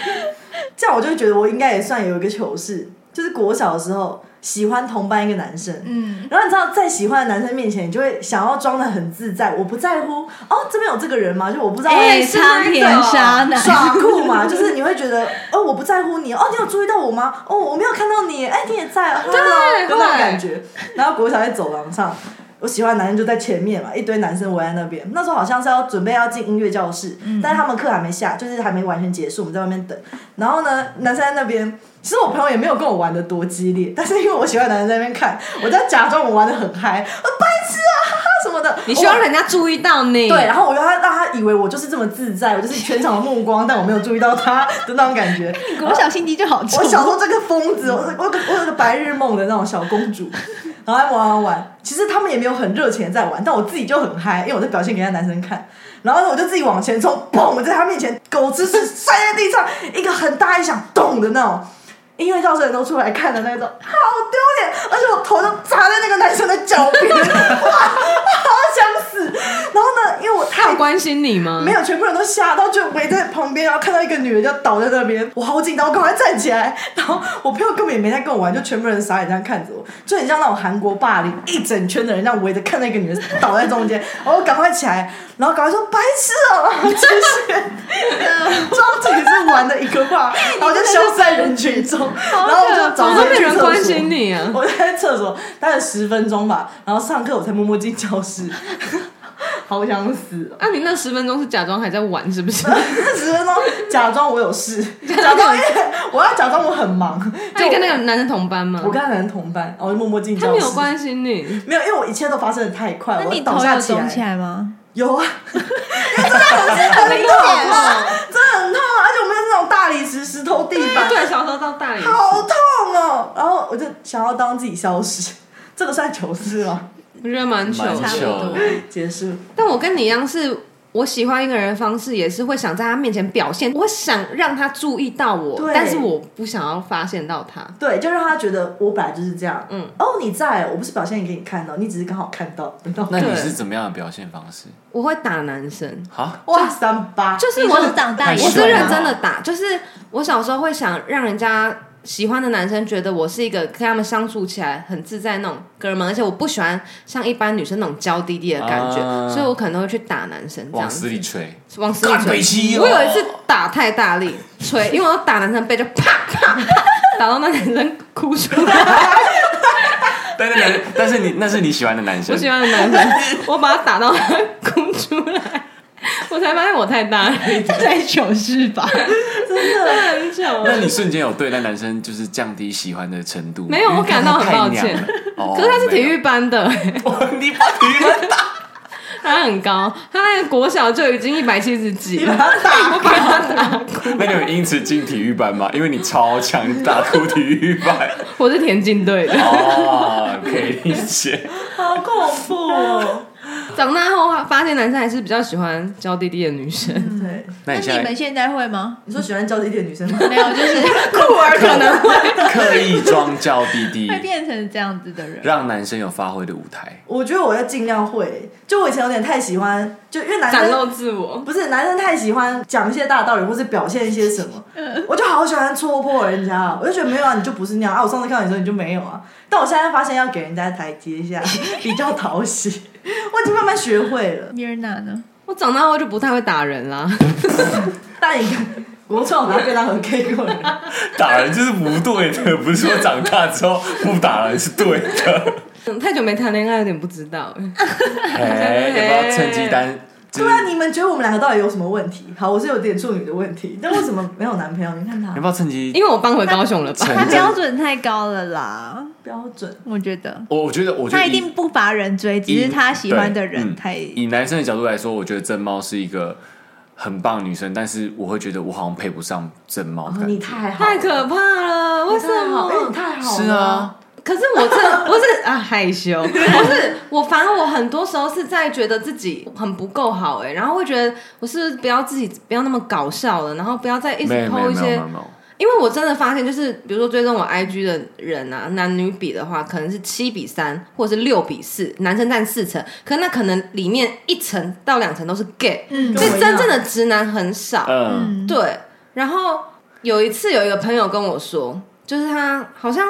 这样我就会觉得我应该也算有一个糗事，就是国小的时候喜欢同班一个男生，
嗯，
然后你知道在喜欢的男生面前，你就会想要装的很自在，我不在乎哦，这边有这个人嘛，就我不知道。
哎，
是那
苍
个
田沙男，
耍酷嘛， 就是你会觉得，哦，我不在乎你，哦，你有注意到我吗？哦，我没有看到你，哎，你也在，哈
对
有那种
对
感觉。然后国小在走廊上，我喜欢的男生就在前面嘛，一堆男生围在那边。那时候好像是要准备要进音乐教室，
嗯
但是他们课还没下，就是还没完全结束，我们在外面等。然后呢，男生在那边。其实我朋友也没有跟我玩的多激烈，但是因为我喜欢的男生在那边看，我在假装我玩的很嗨，呃白痴啊哈哈什么的，
你希望人家注意到你，
对，然后我让他让他以为我就是这么自在，我就是全场的目光，但我没有注意到他的那种感 觉。
国小心机就好重
我。小时候这个疯子，我我有个我有个白日梦的那种小公主，然后还玩玩玩。其实他们也没有很热情的在玩，但我自己就很嗨，因为我在表现给那男生看。然后我就自己往前冲，砰！我在他面前狗吃屎摔在地上，一个很大一响咚的那种。音乐教室人都出来看的那种，好丢脸！而且我头都砸在那个男生的脚边， 哇，好想死。然后呢，因为我
他
太
有关心你吗？
没有，全部人都吓到，就围在旁边，然后看到一个女人就倒在那边，我好紧张，我赶快站起来。然后我朋友根本也没在跟我玩，就全部人傻眼这样看着我，就很像那种韩国霸凌，一整圈的人这样围着看那个女人倒在中间， 然后我赶快起来，然后赶快说白痴哦、然后继续，装自己是玩的一个话，然后就消失在人群中，然后我就
怎
找
么
回
会没
去
人
厕所
关心你啊？
我在厕所 待了十分钟吧，然后上课我才默默进教室， 好想死哦、
啊，你那十分钟是假装还在玩是不是？
只是说假装我有 事， 假装因为我要假装我很忙。
那你跟那个男生同班吗
我？跟他人同班，然后就默默进教
他
室。
没有关心你，
没有，因为我一切都发生的太快，
那
我
你头
倒
有
下起
肿
来。
起来吗？
有啊， 因为真的很很痛啊，真的很痛啊！而且我们是那种大理石石头地 板，
对，小时候到大理石，
好痛哦。然后我就想要当自己消失， 这个算糗事吗？
我觉得蛮糗
蛮
的。
糗的
结束。
但我跟你一样是。我喜欢一个人的方式也是会想在他面前表现，我想让他注意到我，
对
但是我不想要发现到他。
对，就让他觉得我本来就是这样。
嗯
嗯，哦，你在，我不是表现给你看的，你只是刚好看到。等到
那你
对
是怎么样的表现方式？
我会打男生，
啊，
哇三八，
就是
你
我
说长大以后
我
很
是
凶啊
认真的打，就是我小时候会想让人家喜欢的男生觉得我是一个跟他们相处起来很自在那种哥们，而且我不喜欢像一般女生那种娇滴滴的感觉，
啊
所以我可能会去打男生这样
往
子
死里捶，
往死里
干北
捶。
西哦
我有一次打太大力， 捶，因为我打男生背就啪啪啪，打到那男生哭出来。
但是男，但是你那是你喜欢的男生
我，喜欢的男生，我把他打到他哭出来，我才发现我太 大力，
这才糗事吧？
很久。
那你瞬间有对那男生就是降低喜欢的程度吗？
没有我感到很抱歉
因为他太娘了哦
可是他是体
没
育
有
班的、
你把体育班打
他很高，他那个国小就已经一百七十几
你
了
把。他打
把他打，
那你有因此进体育班吗？因为你超强，你打哭体育 班。
我是田径队的。
哦，可以理解。
好恐怖哦！
长大后发现男生还是比较喜欢娇滴滴的女生，
对，
那
那你
你
现
们
在
现在会吗？
你说喜欢娇滴滴的女生吗？
没有，就是
酷儿可能会。
刻意装娇滴滴
会，变成这样子的人。
让男生有发挥的舞台。
我觉得我在尽量会，就我以前有点太喜欢，就因为男
展露
生
自我，
不是男生太喜欢讲一些大道理，或是表现一些什么，我就好喜欢戳破人家啊，我就觉得没有啊，你就不是那样啊，我上次看到你说你就没有啊，但我现在发现要给人家台阶下 比较讨喜，我已经慢慢学会了。
米尔娜呢？
我长大后就不太会打人啦。
但你看，国创好像被他和 K 过人，
打人就是不对的，不是说长大之后不打人是对的。
嗯太久没谈恋爱，有点不知道。
哎，要不要趁机单？就是
对啊，你们觉得我们两个到底有什么问题？好，我是有点处女的问题，但为什么没有男朋友？你看他
要不要趁机
因？为我搬回高雄了 吧？
承
他
认
标准太高了啦，
标准。
我觉得
我我觉得，我觉得
他一
以
定不乏人追，只是
以
他喜欢的
对
人
嗯
太。
以男生的角度来说，我觉得真猫是一个很棒的女生，但是我会觉得我好像配不上真猫的感觉。
你太好了，
太可怕了，嗯为什么？
哎，你太好了。
是啊，
可是我这 不是啊害羞，不是我，反正我很多时候是在觉得自己很不够好哎、然后会觉得我是不是不要自己不要那么搞笑了，然后不要再一直
没有没有
抛一
没有没
些
有，没有，
因为我真的发现就是比如说追踪我 IG 的人啊，男女比的话可能是七比三或者是六比四，男生占四成，可那可能里面一层到两层都是 gay，
嗯
所以真正的直男很少，
嗯，
对，然后有一次有一个朋友跟我说，就是他好像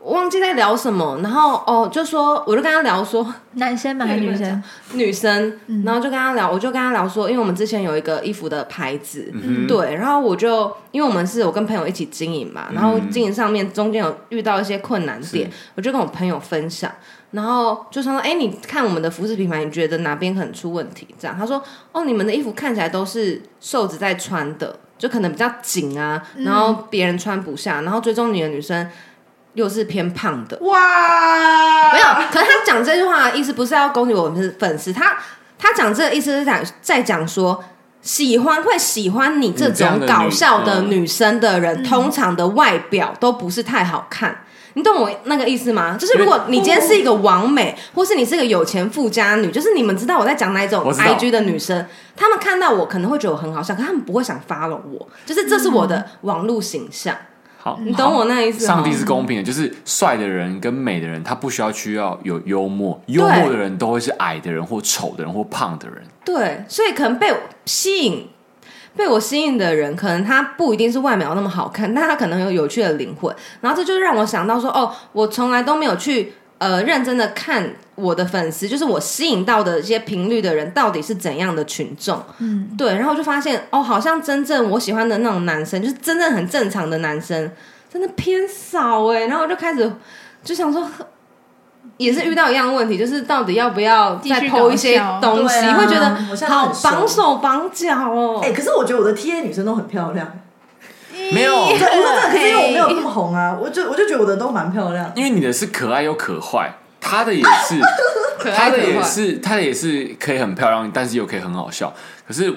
我忘记在聊什么，然后哦就说我就跟他聊说
男生嘛还是女生？
女生，然后就跟他聊，我就跟他聊说，因为我们之前有一个衣服的牌子，对，然后我就因为我们是我跟朋友一起经营嘛，然后经营上面中间有遇到一些困难点
是，
我就跟我朋友分享，然后就说，哎，你看我们的服饰品牌，你觉得哪边可能出问题？这样，他说，哦，你们的衣服看起来都是瘦子在穿的，就可能比较紧啊，然后别人穿不下，然后追踪你的女生。又是偏胖的，
哇，
没有。可是他讲这句话的意思不是要攻击我们粉丝，他他讲这个意思是讲在讲说。喜欢会喜欢你这
你这样的
种
女
搞笑的
嗯
女生的人，通常的外表都不是太好看。你懂我那个意思吗？就是如果你今天是一个王美，或是你是个有钱富家女，就是你们知道我在讲哪一种
我知道
IG 的女生，她们看到我可能会觉得我很好笑，可她们不会想 follow 我，就是这是我的网络形象。
好，
你懂我那意思吗？
嗯上帝是公平的，就是帅的人跟美的人，他不需要需要有幽默，幽默的人都会是矮的人或丑的人或胖的人。
对，所以可能被我吸引，被我吸引的人，可能他不一定是外表那么好看，但他可能有有趣的灵魂。然后这就让我想到说，哦，我从来都没有去呃认真的看我的粉丝，就是我吸引到的这些频率的人到底是怎样的群众。嗯，对，然后就发现哦，好像真正我喜欢的那种男生，就是真正很正常的男生，真的偏少哎、然后我就开始就想说。也是遇到一样的问题，就是到底要不要
继
再
续
剖
搞
一些
笑
东西，
对啊
会觉得
我现在
好
很熟
绑手绑脚哦。
哎、可是我觉得我的 T A 女生都很漂亮，
没有，
对，我说真的，可是因为我没有那么红啊，我就我就觉得我的都蛮漂亮。
因为你的是可爱又可坏，他的也是，
可
他
爱
的
可
也
坏
是，他的也是可以很漂亮，但是又可以很好笑。可是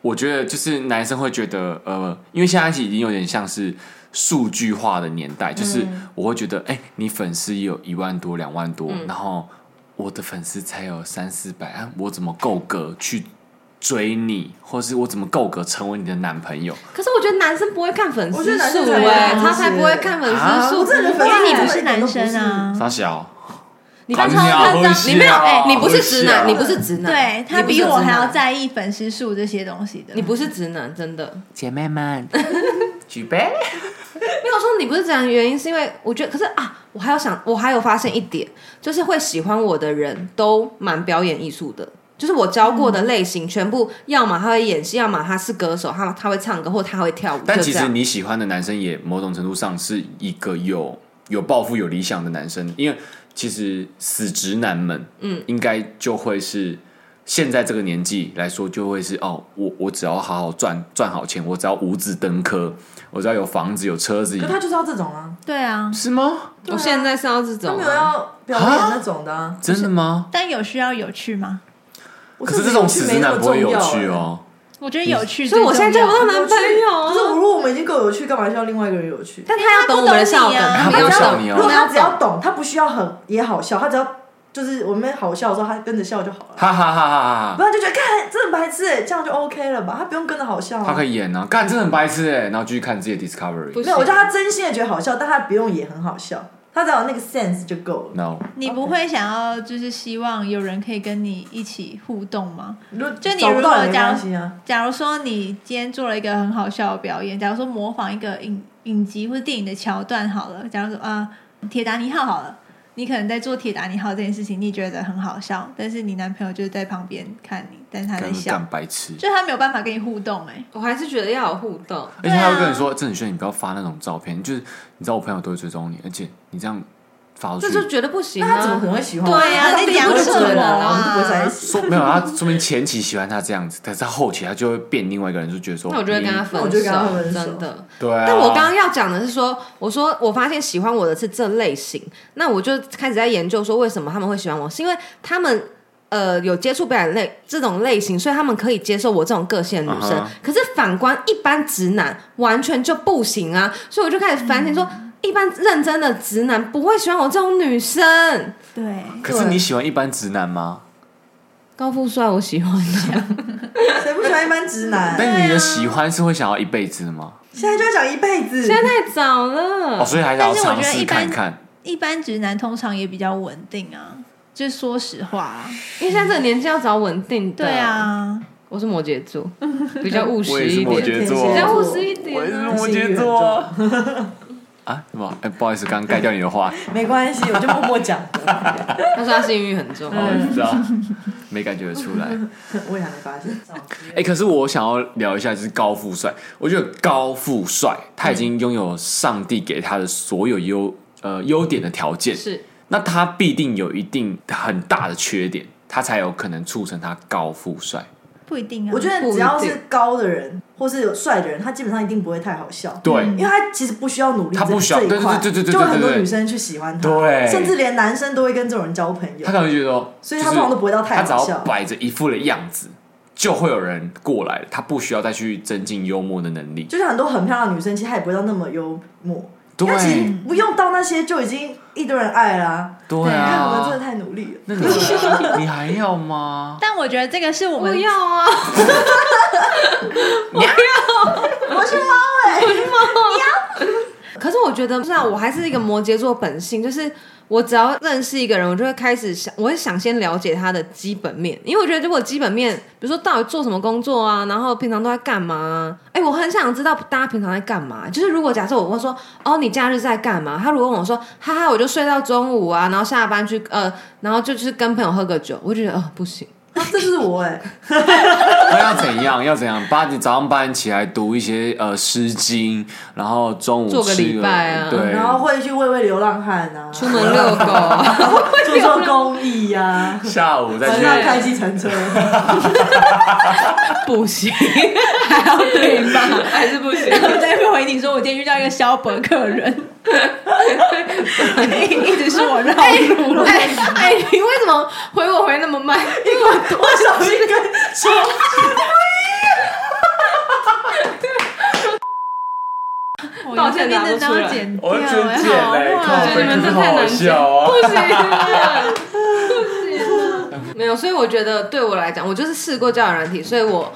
我觉得，就是男生会觉得，呃，因为现在已经有点像是数据化的年代，就是
嗯
我会觉得，哎、你粉丝也有一万多、两万多，然后我的粉丝才有三四百，啊我怎么够格去追你，或是我怎么够格成为你的男朋友？
可是我觉得男生不会看粉
我觉
丝
得男生
数
才会
哎，
看
他
粉丝
才不会看粉丝
啊
数。
我
真的觉得
因
因
为你
粉丝
为
不
你不
是
是男生啊，
嗯
傻小，
你当超看
好
脏，
笑
你没有
好
哎，你不是
笑
直男，你不是直男，
对他
你不是
比我
直
还要
男，
在意粉丝数这些东西的。
你不是直男，真的。
姐妹们，举杯。
没有说你不是这样的原因，是因为我觉得，可是啊，我还有想，我还有发现一点，就是会喜欢我的人都蛮表演艺术的，就是我教过的类型，全部要么他会演戏，要么他是歌手，他他会唱歌，或他会跳舞，
但
就
其
这
实
样。
你喜欢的男生也某种程度上是一个有有抱负、有理想的男生，因为其实死直男们，嗯，应该就会是现在这个年纪来说，就会是哦，我我只要好好赚赚好钱，我只要五子登科，我只要有房子、有车子
可，他就是要这种啊，
对啊，
是吗？
我现在是要这
他
种
没有
啊、
要表演那种的啊。
真的吗？
但有需要有趣吗？
我
可是
甚
这
至
种
有趣
死
没
直
那
男
么
不会
重
有
要
趣
欸。
哦。
我觉得有趣最
所
重
以
要，
我现在交不到男朋友啊
可是如果我们已经够有趣，干嘛需要另外一个人有趣？
但他要懂我们的笑梗，
他
不
们要
懂
懂
你啊
如果他只
们
要哦懂，他不需要很也好笑，他只要就是我们好笑的时候，他跟着笑就好了。
哈哈哈哈
不
哈！
然就觉得看这很白痴哎，这样就 OK 了吧？他不用跟着好笑、啊。
他可以演啊，干，真的很白痴哎，然后继续看自己的 Discovery。
没有，我叫他真心的觉得好笑，但他不用也很好笑，他只要有那个 sense 就够了。
No，
你不会想要就是希望有人可以跟你一起互动吗？
如果
就你
找不
如
到
果
也没
讲
关系啊，
假如说你今天做了一个很好笑的表演，假如说模仿一个影影集或者电影的桥段好了，假如说啊、铁达尼号好了，你可能在做铁达尼号这件事情，你觉得很好笑，但是你男朋友就是在旁边看你，但是他在
干
笑
干，白痴。
就他没有办法跟你互动哎、
我还是觉得要有互动。
而且他会跟你说：“郑宇轩，你不要发那种照片，就是你知道我朋友都会追踪你，而且你这样发出
这就
去，
绝对不行、啊。
那他怎么可能会喜欢我？
对呀、
他
啊，
根
你
本就
讲
不
什
会喜欢
么
我
啊
啊，我们就不会在一起。
说没有他，说明前期喜欢他这样子，可是他后期他就会变另外一个人，就觉得说，
那我就会跟他
嗯
分
那我就
手，
跟他分手
真的。
对啊。
但我刚刚要讲的是说，我说我发现喜欢我的是这类型，那我就开始在研究说为什么他们会喜欢我，是因为他们呃有接触表演类这种类型，所以他们可以接受我这种个性的女生。
嗯哼
可是反观一般直男完全就不行啊，所以我就开始反省说，
嗯
一般认真的直男不会喜欢我这种女生。
对，
可是你喜欢一般直男吗？
高富帅我喜欢啊的，
谁不喜欢一般直男？
但你的喜欢是会想要一辈子的吗？
现在就要讲一辈 子，
现在太早了。
哦，所以还想
但
要
是我
尝
觉得
试
一般
看看。
一般直男通常也比较稳定啊，就是说实话、啊，
因为现在这个年纪要找稳定的，
对，啊，
我是摩羯座，比较务
我
实
也是
一
摩
点，
羯座
比较务
我
实一
我也
点
是
啊、
摩羯座啊？什么？哎，不好意思，刚刚盖掉你的话，
没关系，我就默 默讲。
他说他性欲很重，
我 知道，没感觉得出来。
我也还没发现。
哎、可是我想要聊一下，就是高富帅。我觉得高富帅他已
嗯
经拥有上帝给他的所有优呃优点的条件，
是
那他必定有一定很大的缺点，他才有可能促成他高富帅。
不一定啊。
我觉得只要
不一
是
定
高的人或是有帅的人，他基本上一定不会太好笑。
对
因为他其实不需要努力这，
他不需要
这一块，
对对对对对对
就会很多
对对对
女生去喜欢他，
对
甚至连男生都会跟这种人交朋友
他。可能就觉得说，
所以他通常都不会到太
他
好
只
笑
要摆着一副的样子，就会有人过来了，他不需要再去增进幽默的能力。
就像很多很漂亮的女生，其实她也不会到那么幽默，因为其实
对，
不用到那些就已经一堆人爱啦、
对
你看我们真的
啊，
太努力了。
那你 你还要吗？
但我觉得这个是我
我
们
要 啊，
我是猫哎、
可是我觉得，不知道，我还是一个摩羯座本性，就是我只要认识一个人，我就会开始想，我会想先了解他的基本面，因为我觉得如果基本面，比如说到底做什么工作啊，然后平常都在干嘛、啊，哎、我很想知道大家平常在干嘛。就是如果假设我问说，哦，你假日在干嘛？他如果问我说，哈哈，我就睡到中午啊，然后下班去呃，然后就去跟朋友喝个酒，我就觉得哦、不行。
啊这就是我哎、
那要怎样？要怎样？八点早上八点起来读一些呃《诗经》，然后中午
做个
吃
礼拜啊
对，
然后会去喂喂流浪汉啊，
出门遛狗、啊，
做做公益呀、啊，
下午再
晚
去
上开计程车，
不行，还要对方，还是不行。
我再回你说，我今天遇到一个肖伯克人，一直是我绕路了。
哎哎，你为什么回我回那么慢？因为我
我小心跟说，
抱歉
变
拿不
得
出来
要剪掉，
我真
哎
贱嘞
好
靠
坏
背
你们这太难剪
好好笑哦
不行，不行，没有。所以我觉得对我来讲，我就是试过交友软体，所以我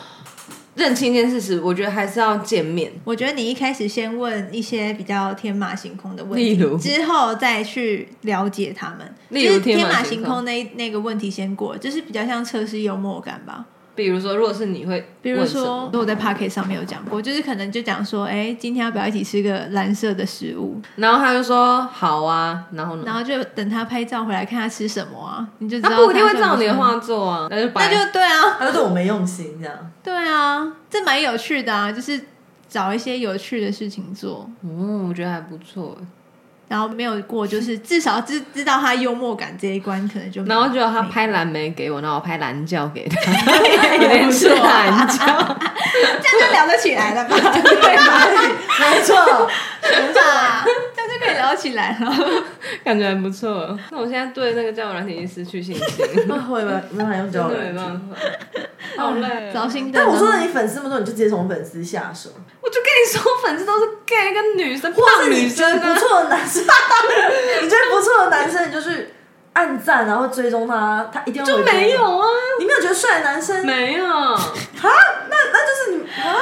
认清一件事实，我觉得还是要见面。
我觉得你一开始先问一些比较天马行空的问题，
例如
之后再去了解他们。
例如
就是
天
天
马
马
行
行
空
空那那个问题先过，就是比较像测试幽默感吧。
比如说，如果是你会，
比如说，，我在 Pocket 上面有讲过，就是可能就讲说，哎，今天要不要一起吃个蓝色的食物？
然后他就说好啊，然后
然
呢？
后就等他拍照回来看他吃什么啊，你就知道
他不一定会
喜
照
欢
你的
什么
话做啊，那就
那
白
就对啊，
他就对我没用心这样。
对啊，这蛮有趣的啊，就是找一些有趣的事情做，
嗯，我觉得还不错。
然后没有过，就是至少知知道他幽默感这一关，可能就没
然后结果他拍蓝莓给我，然后我拍蓝椒给他， 有点是蓝椒。
这样就聊得起来了吧？
没错，啊
对吧？这样就可以聊起来了。
感觉还不错。那我现在对那个交友软体已经失去信心，
会吧，没办法用
真
交
的
友
没
软件。
办法，好累、哦
找新的，
但我说的你粉丝那么多，你就直接从粉丝下手，
我就跟你说，粉丝都是 gay 跟女生，
或
胖
是
女
你觉得
生
不
啊。
错的男生， 你觉得不错的男生，你就去按赞，然后追踪他，他一定会
就
回复你
没有啊，
你没有觉得帅的男生啊？
没有，
那那就是你啊，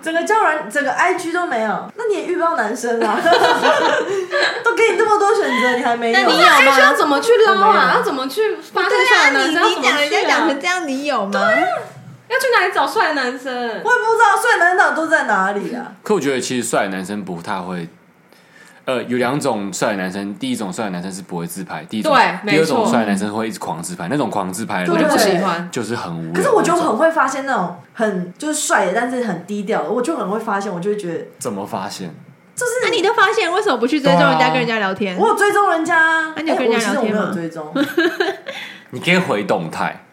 整个交友软整个 IG 都没有，那你也遇不到男生 啊，都给你这么多选择，你还没有？
那你有
那 IG 要
吗？
怎么去捞
我没有
啊？要怎么去发现帅的男
你
生？要怎
你
么
讲人
去
家
啊
讲成？这样，你有吗？
要去哪里找帅的男生
我？也不知道帅男到底都在哪里啊？
可我觉得其实帅的男生不太会，呃，有两种帅的男生，第一种帅的男生是不会自拍，第一种
对没
第二种
错
帅的男生会一直狂自拍，那种狂自拍的
对
我就
那
不
种
喜欢。
就是很无聊。
可是我就很会发现那种很就是帅的，但是很低调的，我就很会发现，我就会觉得
怎么发现？
就是
那你都发现，为什么不去追踪人家，跟人家聊天？
我有追踪人家啊，
那你有跟人家
哎我
聊
其实
天
我
吗
没有追踪，
你可以回动态，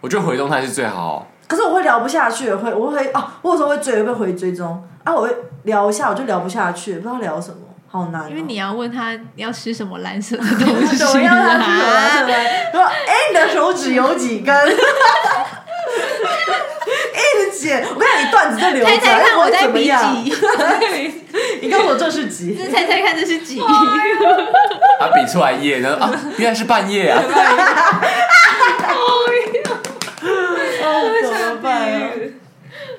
我觉得回动态是最好。
可是我会聊不下去，会我会哦，我有时候会追，会回追踪啊，我会聊一下，我就聊不下去，不知道聊什么，好难哦、
因为你要问他要吃什么蓝色的东 西
怎么样啊？
啊
怎么样？说哎，你的手指有几根？ 哎，你姐，我跟你讲，你段子在流
猜猜
传，
看我
会
在
怎么
比
样？
几？ 哦
你跟我这是几？
这猜猜看这是几？
啊，比出来夜呢啊，原来是半夜啊！
哦，怎么办啊？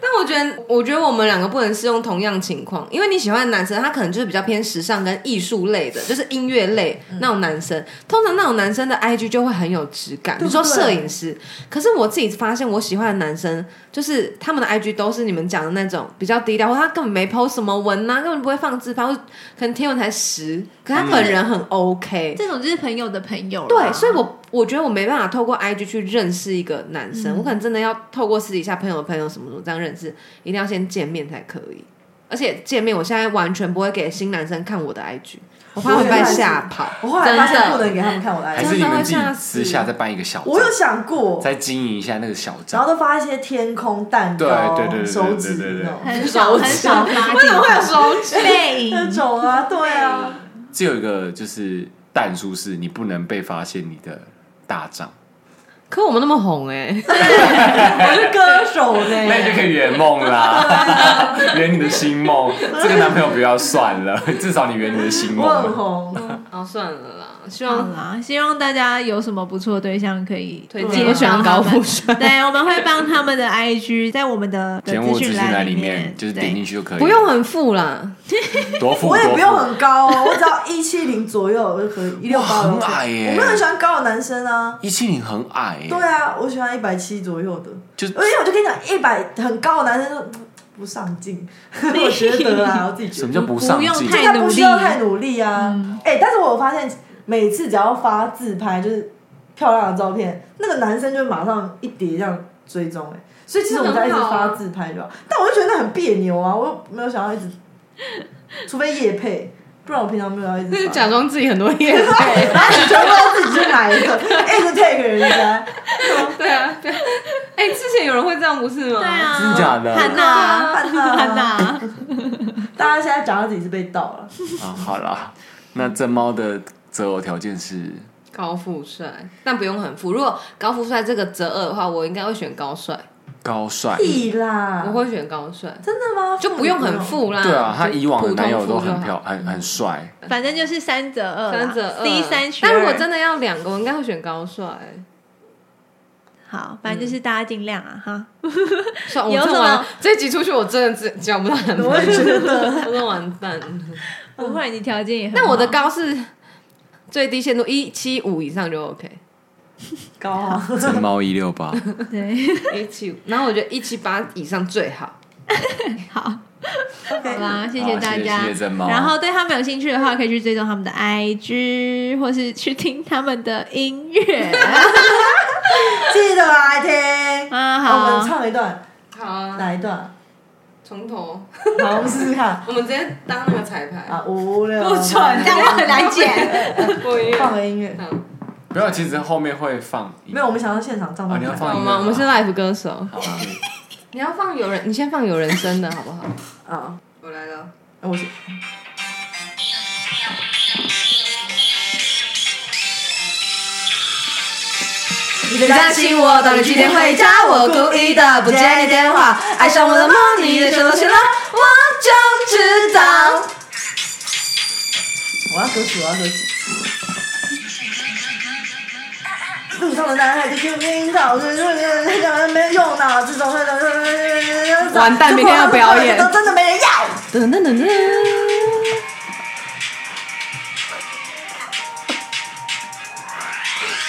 但我觉得，我觉得我们两个不能适用同样情况，因为你喜欢的男生，他可能就是比较偏时尚跟艺术类的，就是音乐类
嗯
那种男生。通常那种男生的 IG 就会很有质感，比
对
如
不
说
对
摄影师。可是我自己发现，我喜欢的男生，就是他们的 IG 都是你们讲的那种比较低调，或他根本没 PO 什么文啊呐、根本不会放自拍，或可能贴文才十，可他
嗯
本人很 OK。
这种就是朋友的朋友啦。
对，所以我我觉得我没办法透过 IG 去认识一个男生，我可能真的要透过私底下朋友的朋友什么什么这样认识，一定要先见面才可以。而且见面，我现在完全不会给新男生看我的 IG，我怕会被吓跑。
我后来发现不
真的
能给他们看我的
还
IG，
是你们自
真的会
己
吓死
私下再办一个小
我有
站，
想过，
再经营一下那个小
然
站
后。都发一些天空蛋糕、
对对对对
手指
对对对
那种
很少很少发，为什么会有手指 背
那
影？
种啊，对啊，
只有一个就是淡出是你不能被发现你的大账，
可我们那么红哎，
哎
我是歌手
那你就
呢。
可以圆梦 啦，圆你的新 梦。这个男朋友不要算了，至少你圆你的新梦啊
我很
了。
红，
哦算了啦，希
好
望
啦，希望大家有什么不错的对象可以
推
介
荐，我喜
绍
欢
他
高富
们。
帅，
对，我们会帮他们的 IG 在我们的的
节
资
目资讯
讯
栏
里
里面就是点进
去。
去就可以了，
不用很富啦，
多付，
我也不
多
用
付
很高哦，我只要一七零左右我就可以，一六八
很矮耶
我没有很喜欢高的男生啊。
一七零很矮欸耶、
对啊，我喜欢一百七左右的，
就
因为我就跟你讲，一百很高的男生就嗯不上进， 我觉得啊，我自己觉
什
得
么叫不上
不用
进？
太
他不需要太努力啊。哎、但是我有发现，每次只要发自拍，就是漂亮的照片，那个男生就马上一叠这样追踪、哎，所以其实我们在一直发自拍就好。但我就觉得那很别扭啊，我又没有想要一直，除非夜配，不然我平常没有要一直
就是
发哎
假装自己很多业配。
然后你全部都自己去买一个，一直 take 人家。
对啊，对啊。 哎，之前有人会这样不是吗？
对，啊，
真的假的
汉
啊，
娜，
汉娜，
汉，娜，
大家现在讲到自己是被盗了，
啊，好啦，那正猫的择偶条件是
高富帅，但不用很富。如果高富帅这个择二的话，我应该会选高帅，
高帅，
屁啦！
我会选高帅，
真的吗？
就不用很富啦。
啊对啊，他以往的男友都
就普通
很
富就好
漂，很很帅，
反正就是三折二啦，
三者二
C 三选。
但如果真的要两个，我应该会选高帅。
好，反正就是大家尽量啊哈。
算我
有
这
什么
完这一集出去，我真的只交不到男朋友，
我也觉
我真的完蛋。
不会，你条件也很好。
但我的高是最低限度一七五以上就 OK，
高啊！
正猫一六 八，
对，
一七五。然后我觉得一七八以上最好。
好。好啦，谢谢
好
大
哦谢谢
家。
谢谢真猫
然后对他们有兴趣的话，可以去追踪他们的 IG，或是去听他们的音乐。
记得来听
啊
我们
好，
唱一段，
好啊，
哪一段？
从头，
好，我们试试看。
我们直接当那个彩排。
啊，五六，
不蠢，这样很难 剪。
播音乐
放个音乐。
好
不要，其实后面会放一
没有，我们想要现场唱
哦你要放
好吗？我们是 live 歌手，
好啊，
你要放有人，你先放有人声的好不好？
啊，
我来了，
我是
你担心我到底几点回家？我故意的不接你电话，爱上我的梦，你的手都醒了，我就知道。
我要歌曲，我要歌曲。路上的男孩子拼命跑，就是那个没用脑，这种
完蛋明天要表演
都真的没人要。
噔噔噔噔，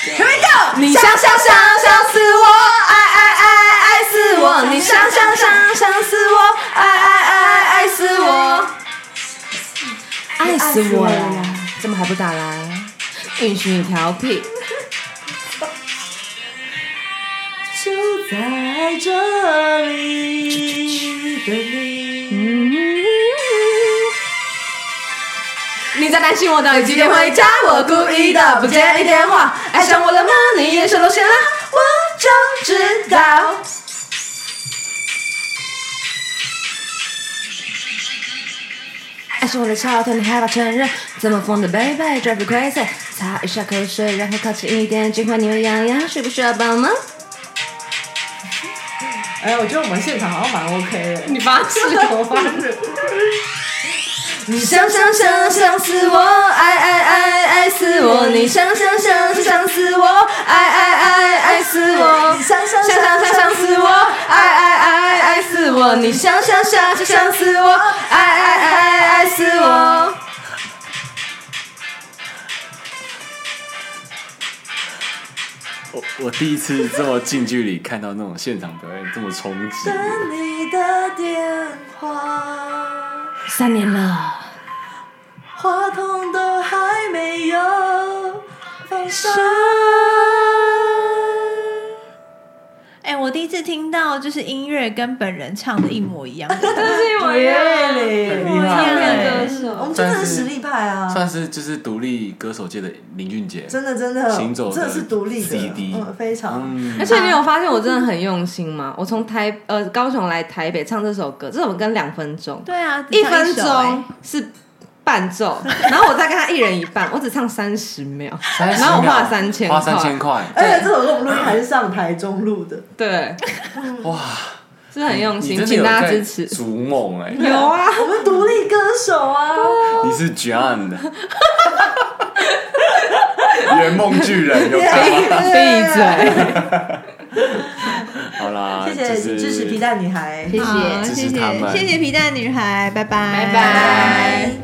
Here we go，
你想想想想死我，爱爱爱爱死我，你想想想想死我，爱爱爱爱死我，爱死我了，怎么还不打来？允许你调皮。
就在这里等你。
你在担心我到底几点回家？啊我故意的不接你电话，爱上我了吗？你眼神都显了，我就知道。爱上我的翘臀，你害怕承认？怎么疯的 baby，绝不亏欠。擦一下口水，然后靠近一点，尽管你会痒痒，需不需要帮忙？
哎，我觉得我们现场好像蛮 OK 的。
你发誓
我发誓。
你想想想想死我，爱爱爱爱死我！你想想想想死我，爱爱爱爱死我！
想想
想想想想死我，爱爱爱爱死我！你想想想想想死我，爱爱爱爱死我！
我我第一次这么近距离看到那种现场表演这么冲击，
等你的电话，
三年了，
话筒都还没有放上。
哎，我我第一次听到就是音乐跟本人唱的一模一样的，
这是我啊
，really，
厉
害
唱片歌
哎我
手
们。真的
但
是
是
实力派啊，
算是就是独立歌手界的林俊杰，
真的真的，
行走的
真的是独立的
CD
嗯，非常。
嗯
而，且你有发现我真的很用心吗？我从台呃高雄来台北唱这首歌，这首歌两分钟，
对啊，只
一
唱
分
首欸
钟是伴奏，然后我再跟他一人一半，我只唱三十秒，
30
然后我花
秒
了3000
花
块
三千块，
而且这首歌我们录音还是上台中录的，
对，
哇，
是很用
你
心，
真的有
请大家
在
支持。
逐梦哎，
有啊，
我们独立歌手啊，
你是 John 的，圆梦巨人有看吗
闭嘴，
好啦，
谢谢
啊就是
支持皮蛋女孩，
谢
哎好
谢。
支持
谢
他
谢
们
谢谢皮蛋女孩，拜拜
拜拜。